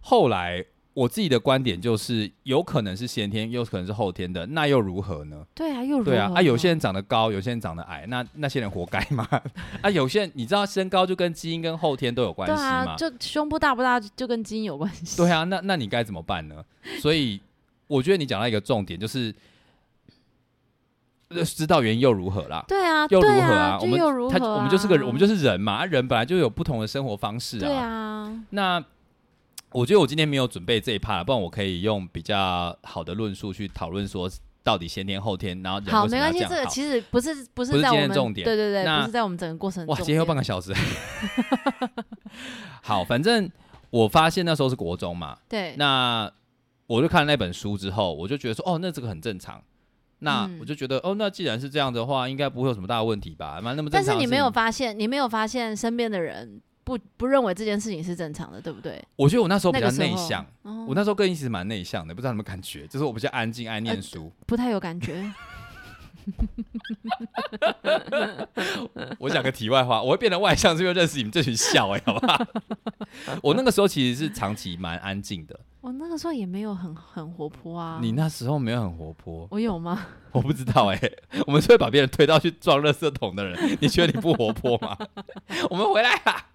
S2: 后来我自己的观点就是，有可能是先天，有可能是后天的，那又如何呢？
S1: 对啊，又如何
S2: 对
S1: 呢？
S2: 啊，啊，有些人长得高，有些人长得矮，那那些人活该嘛？ 啊，有些人你知道身高就跟基因跟后天都有关
S1: 对
S2: 系嘛？
S1: 啊，就胸部大不大就跟基因有关系。
S2: 对啊，那那你该怎么办呢？所以我觉得你讲到一个重点，就是呃知道原因又如何啦？
S1: 对啊，
S2: 又如
S1: 对
S2: 何
S1: 啊？
S2: 我
S1: 就
S2: 们
S1: 又如何、
S2: 他
S1: 啊？
S2: 我们就是个人我们就是人嘛，啊人本来就有不同的生活方式
S1: 对啊，
S2: 那我觉得我今天没有准备这一趴，不然我可以用比较好的论述去讨论说到底先天后天，然后人
S1: 好，
S2: 为什
S1: 没
S2: 么
S1: 关
S2: 要
S1: 系，这
S2: 这
S1: 个
S2: 样好。
S1: 其实不是不
S2: 不
S1: 是
S2: 是
S1: 在我
S2: 今天
S1: 们
S2: 的重点
S1: 对对对，
S2: 那
S1: 不是在我们整个过程的
S2: 哇，
S1: 重
S2: 今天又
S1: 点
S2: 半个小时。 好，反正我发现那时候是国中嘛，
S1: 对，
S2: 那我就看了那本书之后，我就觉得说，哦，那这个很正常。那
S1: 嗯
S2: 我就觉得，哦，那既然是这样的话，应该不会有什么大的问题吧？那那么正
S1: 但
S2: 常
S1: 是
S2: 的
S1: 你
S2: 事
S1: 没有
S2: 情，
S1: 发现，你没有发现身边的人不不认为这件事情是正常的，对不对？
S2: 我觉得我那时候比
S1: 那
S2: 较
S1: 个时
S2: 内
S1: 候
S2: 向，
S1: 哦
S2: 我那时候个性其实蛮内向的，不知道你们感觉，就是我比较安静，爱念书。
S1: 不太有感 觉。
S2: 我讲个题外话，我会变得外向，是因为认识你们这群笑哎、好不好？ 我那个时候其实是长期蛮安静的，
S1: 我那个时候也没有很很活泼啊。
S2: 你那时候没有很活泼，
S1: 我有吗？
S2: 我不知道哎、我们是会把别人推到去撞垃圾桶的人， 你觉得你不活泼吗？ 我们回来啦。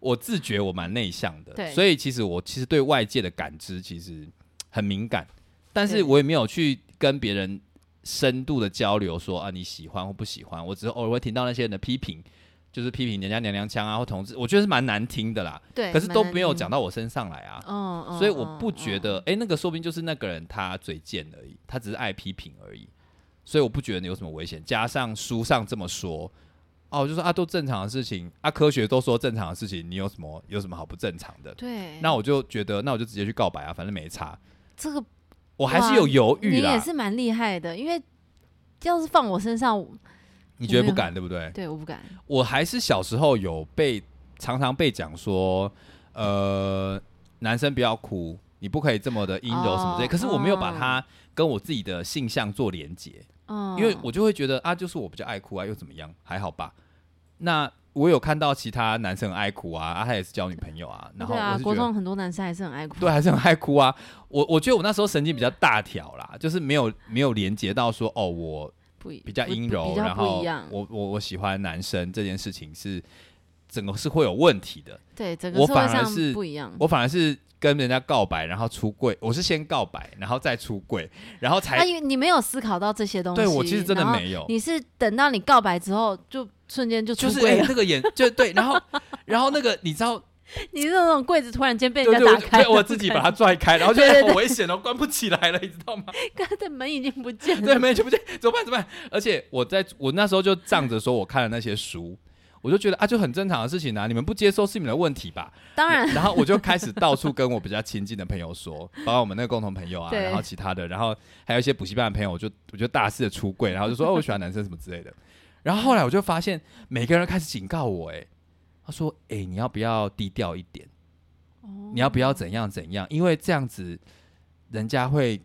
S2: 我自觉我蛮内向的，
S1: 对
S2: 所以其实我其实对外界的感知其实很敏感，但是
S1: 对
S2: 我也没有去跟别人深度的交流说啊你喜欢或不喜欢，我只是偶尔会听到那些人的批评，就是批评人家娘娘腔啊或同志，我觉得是蛮难听的啦，
S1: 对，
S2: 可是都没有
S1: 蛮难
S2: 讲到我身上来啊，
S1: 听。嗯嗯。
S2: 所以我不觉
S1: 嗯。
S2: 得，哎、那个说不定就是那个人他嘴贱而已，他只是爱批评而已，所以我不觉得有什么危险。加上书上这么说，哦，我就说啊，都正常的事情，啊，科学都说正常的事情，你有什么有什么好不正常的？
S1: 对，
S2: 那我就觉得，那我就直接去告白啊，反正没差，
S1: 这个
S2: 我还是有犹豫
S1: 你也
S2: 啦。
S1: 是蛮厉害的，因为要是放我身上，我
S2: 你觉得
S1: 我没
S2: 不
S1: 有
S2: 敢对不对？
S1: 对，我不敢。
S2: 我还是小时候有被常常被讲说，呃，男生不要哭，你不可以这么的阴柔什么之类。
S1: 哦
S2: 可是我没有把
S1: 嗯
S2: 它跟我自己的性向做连接。
S1: 嗯，
S2: 因为我就会觉得啊，就是我比较爱哭啊，又怎么样？还好吧。那我有看到其他男生很爱哭啊，啊他也是交女朋友啊，然后
S1: 对
S2: 我
S1: 啊，
S2: 是觉
S1: 国
S2: 得
S1: 中很多男生还是很爱哭。
S2: 对，还是很爱哭啊。我我觉得我那时候神经比较大条啦，就是没有没有连接到说哦，我
S1: 不一，
S2: 比较
S1: 不
S2: 阴
S1: 不
S2: 柔，
S1: 比
S2: 然
S1: 较
S2: 后
S1: 不一样。
S2: 我我我喜欢男生这件事情是整个是会有问题的。
S1: 对，整
S2: 我
S1: 个社
S2: 反
S1: 会
S2: 而
S1: 上
S2: 是
S1: 不一样。
S2: 我反而是跟人家告白，然后出柜，我是先告白，然后再出柜，然后才
S1: 啊，因为你没有思考到这些东西。
S2: 对我其实真的
S1: 然后
S2: 没有。
S1: 你是等到你告白之后，就瞬间就出
S2: 就是
S1: 柜
S2: 哎、
S1: 了。
S2: 那个演就对，然后然后那个你知道，
S1: 你是那种柜子突然间被
S2: 对
S1: 人
S2: 对，
S1: 家
S2: 我
S1: 打
S2: 就
S1: 开，
S2: 对我自己把它拽开，然后就
S1: 对对
S2: 哎
S1: 对
S2: 好危险哦，关不起来了，你知 道吗？
S1: 刚才门已经不见了。
S2: 对，没就不对，怎么办？怎么办？而且我在我那时候就仗着说我看了那些书。我就觉得啊，就很正常的事情啊，你们不接受是你们的问题吧。
S1: 当然，
S2: 然后我就开始到处跟我比较亲近的朋友说， 包括我们那个共同朋友啊，
S1: 对
S2: 然后其他的，然后还有一些补习班的朋友，我就我就大肆的出柜，然后就说、哦、我喜欢男生什么之类的。然后后来我就发现，每个人都开始警告我、哎，他说，哎、你要不要低调一点？
S1: 哦
S2: 你要不要怎样怎样？因为这样子，人家会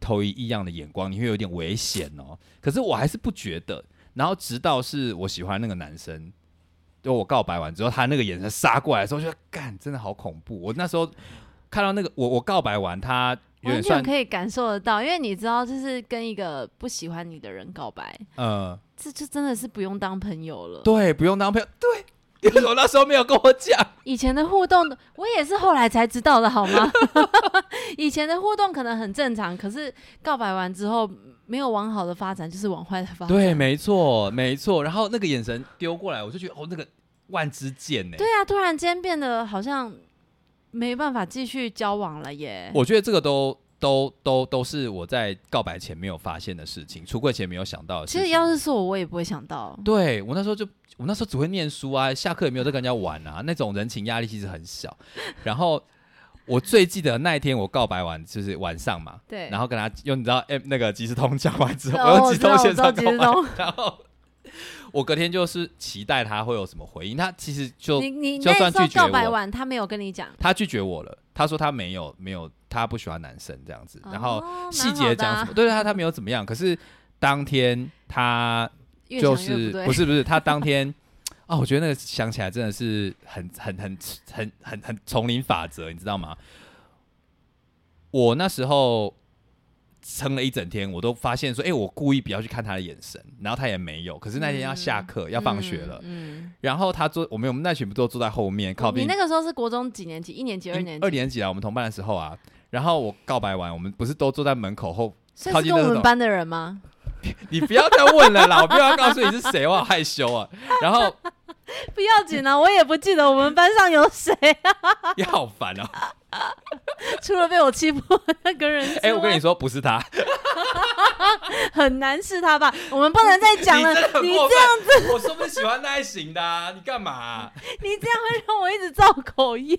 S2: 投以异样的眼光，你会有点危险哦。可是我还是不觉得。然后直到是我喜欢那个男生，就我告白完之后，他那个眼神杀过来的时候，我就觉得干，真的好恐怖。我那时候看到那个，我我告白完，他有
S1: 完全
S2: 点算
S1: 可以感受得到，因为你知道，就是跟一个不喜欢你的人告白，
S2: 呃，
S1: 这就真的是不用当朋友了。
S2: 对，不用当朋友，对。你为什么那时候没有跟我讲？
S1: 以前的互动，我也是后来才知道的，好吗？ 以前的互动可能很正常，可是告白完之后没有往好的发展，就是往坏的发展。
S2: 对，没错，没错。然后那个眼神丢过来，我就觉得哦，那个万支箭呢、
S1: 对啊，突然间变得好像没办法继续交往了耶。
S2: 我觉得这个都都都都是我在告白前没有发现的事情，出柜前没有想到的事
S1: 其
S2: 情。
S1: 实要是是我，我也不会想到。
S2: 对我那时候就我那时候只会念书啊，下课也没有在跟人家玩啊，那种人情压力其实很小。然后我最记得那一天我告白完就是晚上嘛，
S1: 对，
S2: 然
S1: 后
S2: 后跟他用你知道哎、那个即时通讲完之后，
S1: 哦
S2: 我用即时通
S1: 我知道
S2: 线上
S1: 我知道即时
S2: 告白，然后 我隔天就是期待他会有什么回应，他其实就
S1: 你你
S2: 就
S1: 那
S2: 算
S1: 时候
S2: 拒绝
S1: 告白
S2: 我
S1: 完，他没有跟你讲，
S2: 他拒绝我了，他说他没有没有他不喜欢男生这样子，然后。
S1: 哦
S2: 细节讲什么，，对对，他他没有怎么样，可是当天他
S1: 蛮好的
S2: 就
S1: 啊越想越
S2: 是
S1: 不对
S2: 不是不是他当天啊，我觉得那个想起来真的是很很很很很很丛林法则，你知道吗？我那时候撑了一整天，我都发现说，哎、我故意不要去看他的眼神，然后他也没有。可是那天要下课、要放学了，
S1: 嗯，哦
S2: 然后他坐，我们我们那群不都坐在后面靠
S1: 你
S2: 近
S1: 那个时候是国中几年级？一年级、二年
S2: 二
S1: 级，
S2: 年级啊，我们同班的时候啊，然后我告白完，我们不是都坐在门口后。
S1: 所
S2: 靠
S1: 以是
S2: 近
S1: 跟
S2: 那
S1: 我
S2: 种
S1: 们班的人吗？
S2: 你不要再问了啦，我不要告诉你是谁，我好害羞啊。然后
S1: 不要紧啊，我也不记得我们班上有谁，啊
S2: 你好烦 啊！
S1: 除了被我欺负的那个人之外，
S2: 哎、我跟你说，不是他，
S1: 很难是他吧？我们不能再讲了
S2: 你真的，很
S1: 你
S2: 过
S1: 这样
S2: 分。我说不是喜欢那一型的、啊，你干嘛啊、
S1: 你这样会让我一直造口 业。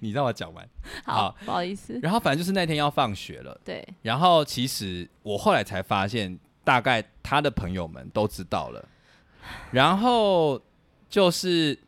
S2: 你让我讲完。
S1: 好，不好意思，
S2: 然后反正就是那天要放学了，
S1: 对，
S2: 然后其实我后来才发现，大概他的朋友们都知道了。然后就是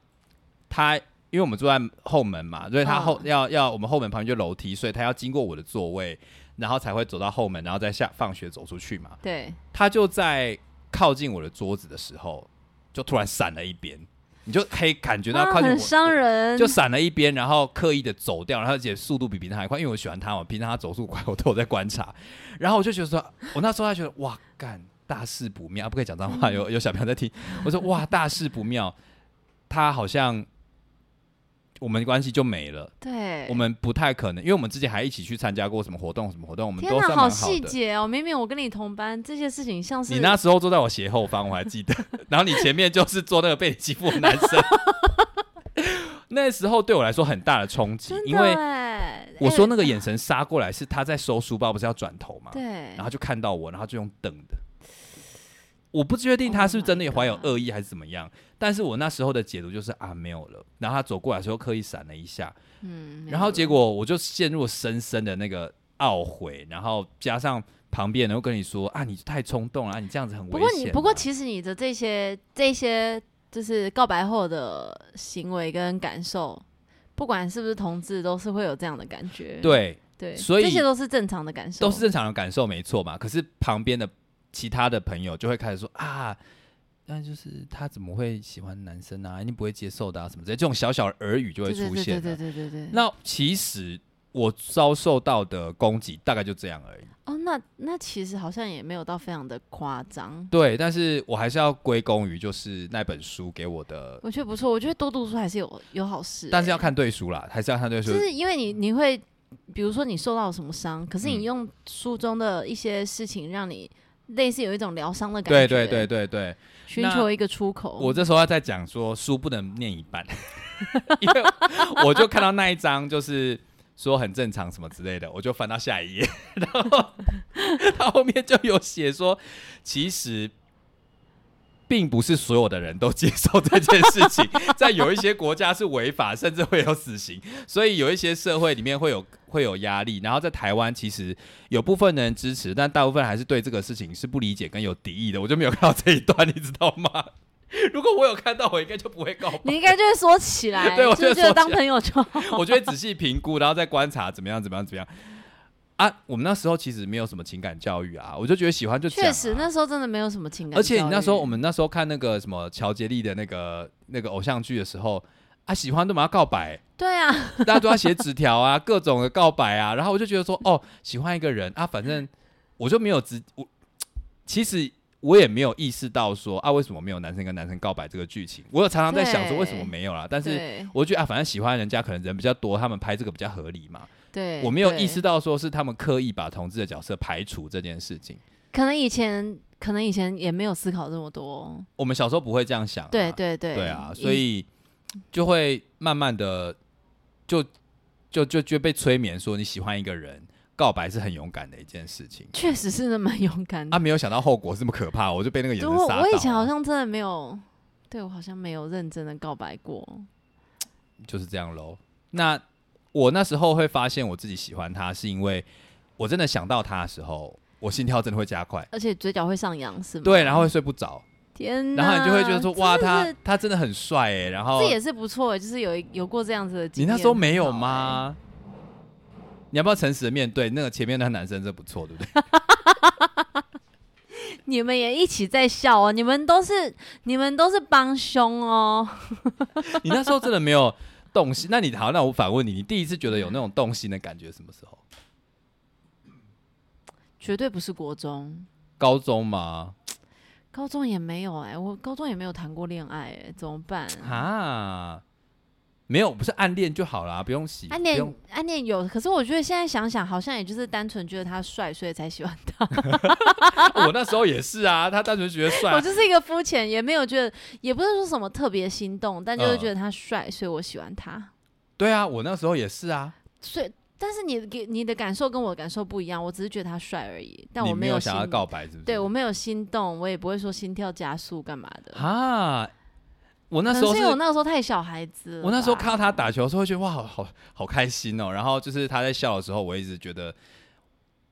S2: 他，因为我们住在后门嘛，所以
S1: 嗯
S2: 他后、要要我们后门旁边就楼梯，所以他要经过我的座位，然后才会走到后门，然后再下放学走出去嘛。
S1: 对，
S2: 他就在靠近我的桌子的时候，就突然闪了一边，你就可以感觉到
S1: 啊
S2: 靠近我、
S1: 很伤人，
S2: 就闪了一边，然后刻意的走掉，然后而且速度比平常还快，因为我喜欢他嘛，平常他走速快，我都有在观察。然后我就觉得说，我那时候还觉得哇，干大事不妙，啊不可以讲脏话，有 有小朋友在听，我说哇，大事不妙，他好像我们关系就没了，
S1: 对，
S2: 我们不太可能，因为我们之前还一起去参加过什么活动，什么活动，我们
S1: 天
S2: 都算蛮
S1: 好
S2: 好
S1: 细
S2: 的。
S1: 节哦！明明我跟你同班，这些事情像是
S2: 你那时候坐在我斜后方，我还记得。 然后你前面就是坐那个被你欺负的男生， 那时候对我来说很大的冲击
S1: 真，的
S2: 因为
S1: 哎
S2: 我说那
S1: 哎
S2: 个眼神杀过来，是他在收书包，不是要转头吗？
S1: 对
S2: 然，后就看到我，然后就用瞪的。我不确定他是不是真的有
S1: Oh my
S2: 怀有
S1: God
S2: 恶意还是怎么样，但是我那时候的解读就是啊没有了。然后他走过来的时候刻意闪了一下，
S1: 嗯
S2: 然后结
S1: 果
S2: 果我就陷入深深的那个懊悔，然后加上旁边人又跟你说啊你太冲动了，啊你这样子很
S1: 不
S2: 危
S1: 过
S2: 险
S1: 你
S2: 啊。
S1: 不过其实你的这些这些就是告白后的行为跟感受，不管是不是同志，都是会有这样的感觉。
S2: 对
S1: 对，
S2: 所以
S1: 这些都是正常的感受，
S2: 都是正常的感受，没错嘛。可是旁边的其他的朋友就会开始说啊，那就是他怎么会喜欢男生啊？一定不会接受的啊，什么之类，这种小小的耳语就会
S1: 对
S2: 出
S1: 对
S2: 现
S1: 对
S2: 了。
S1: 对对对对。
S2: 那其实我遭受到的攻击大概就这样而已。
S1: 哦，那那其实好像也没有到非常的夸张。
S2: 对，但是我还是要归功于就是那本书给我的，
S1: 我觉得不错，我觉得多读书还是有有好事、
S2: 但
S1: 欸
S2: 是要看对书啦，还是要看对书
S1: 就。是因为你你会，比如说你受到什么伤，可是
S2: 嗯
S1: 你用书中的一些事情让你类似有一种疗伤的感
S2: 对
S1: 觉，
S2: 对对，对对，
S1: 寻
S2: 那
S1: 求一个出口。
S2: 我这时候要再讲说，书不能念一半， 因为我就看到那一章就是说很正常什么之类的，我就翻到下一页， 然后他后面就有写说，其实。并不是所有的人都接受这件事情， 在有一些国家是违法，甚至会有死刑，所以有一些社会里面会有会有压力。然后在台湾，其实有部分人支持，但大部分还是对这个事情是不理解跟有敌意的。我就没有看到这一段，你知道吗？ 如果我有看到，我应该就不会 告白。
S1: 你应该就会说起来，
S2: 对我就
S1: 就
S2: 会
S1: 是觉得
S2: 说
S1: 当
S2: 起来
S1: 朋友 就好。
S2: 我就会仔细评估，然后再观察怎么样，怎么样，怎么样。啊，我们那时候其实没有什么情感教育啊，我就觉得喜欢就讲啊、
S1: 确实，那时候真的没有什么情感教育。
S2: 而且你那时候，我们那时候看那个什么乔杰利的那个那个偶像剧的时候，啊，喜欢都嘛要告白，
S1: 对啊，
S2: 大家都要写纸条啊， 各种的告白啊，然后我就觉得说，哦，喜欢一个人啊，反正我就没有直，我其实我也没有意识到说啊，为什么没有男生跟男生告白这个剧情，我有常常在想说
S1: 对
S2: 为什么没有啦，但是
S1: 对
S2: 我就觉得啊，反正喜欢人家可能人比较多，他们拍这个比较合理嘛，
S1: 对，
S2: 我没有
S1: 对
S2: 意识，到说是他们刻意把同志的角色排除这件事情。
S1: 可能以前可能以前也没有思考这么多。
S2: 我们小时候不会这样想、啊，
S1: 对对嗯对，
S2: 对啊，所以就会慢慢的就就就就被催眠说你喜欢一个人，告白是很勇敢的一件事情。
S1: 确实是那蛮勇敢的。
S2: 啊，没有想到后果这么可怕，我就被那个眼神
S1: 我
S2: 杀到啊、
S1: 我以前好像真的没有，对我好像没有认真的告白过。
S2: 就是这样喽。那我那时候会发现我自己喜欢他，是因为我真的想到他的时候，我心跳真的会加快，
S1: 而且嘴角会上扬是吗？嗯
S2: 对，然后会睡不着，
S1: 天哪，
S2: 然后你就会觉得说哇，
S1: 真的
S2: 他
S1: 是
S2: 他真的很帅哎、然后
S1: 这也是不错欸，就是有一有过这样子的经
S2: 你
S1: 验。哦
S2: 那时候没有？吗？你要不要诚实的面对？那个前面那个男生真不错，对不对？
S1: 你们也一起在笑哦，你们都是你们都是帮凶哦，
S2: 你那时候真的没有动心，那你好，那我反问你，你第一次觉得有那种动心的感觉什么时候？
S1: 绝对不是国中，
S2: 高中吗？
S1: 高中也没有哎、我高中也没有谈过恋爱哎、怎么办？
S2: 啊，没有，不是暗恋就好啦，不用洗，
S1: 暗
S2: 不
S1: 恋
S2: 用
S1: 暗恋有，可是我觉得现在想想，好像也就是单纯觉得他帅，所以才喜欢他。
S2: 我那时候也是啊，他单纯觉得帅
S1: 我
S2: 啊，
S1: 就是一个肤浅，也没有觉得，也不是说什么特别心动，但就是
S2: 嗯
S1: 觉得他帅，所以我喜欢他。
S2: 对啊，我那时候也是啊，
S1: 所以，但是你给你的感受跟我的感受不一样，我只是觉得他帅而已，但
S2: 你
S1: 我
S2: 没
S1: 有
S2: 想要
S1: 心
S2: 告白，是不是？
S1: 对我没有心动，我也不会说心跳加速干嘛的。
S2: 啊，我那
S1: 可
S2: 时
S1: 能
S2: 候
S1: 是
S2: 是
S1: 因为我那个时候太小孩子了吧，
S2: 我那时候看到他打球的时候，会觉得哇，好好好开心哦。然后就是他在笑的时候，我一直觉得，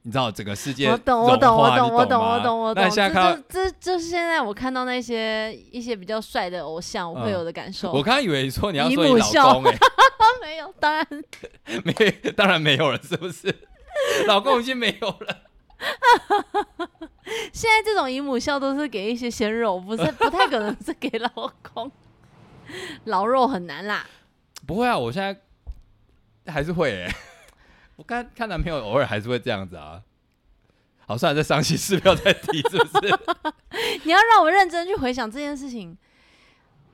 S2: 你知道整个世界
S1: 我懂，我懂，
S2: 融
S1: 我
S2: 化
S1: 懂，我
S2: 你懂
S1: 懂，我
S2: 吗
S1: 懂，我
S2: 那
S1: 懂。
S2: 你现在看到，
S1: 这这这就是现在我看到那些一些比较帅的偶像，我会
S2: 嗯
S1: 有的感受。
S2: 我刚刚以为你说你要
S1: 姨
S2: 说
S1: 母
S2: 你
S1: 笑
S2: 老公哎、
S1: 没有，当然
S2: 没，当然没有了，是不是？ 老公已经没有了，
S1: 现在这种姨母笑都是给一些鲜肉，不是不太可能是给老公。老肉很难啦，
S2: 不会啊，我现在还是会
S1: 欸
S2: 哎、我看看男朋友偶尔还是会这样子啊。好，算了，这伤心事不要再提，是不 是？
S1: 你要让我认真去回想这件事情。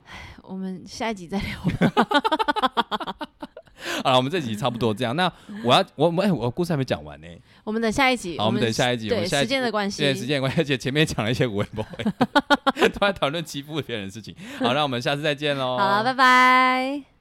S1: 唉我们下一集再聊吧。
S2: 好了，我们这集差不多这样。那我要，我我哎、我故事还没讲完呢、
S1: 我们等下一集。
S2: 好，我们等下一集。我
S1: 对
S2: 们下一
S1: 时
S2: 集
S1: 间的关系，
S2: 对时间的关系，而且前面讲了一些无 微不微，突然讨论欺负别人的事情。好，那我们下次再见喽。
S1: 好了，拜拜。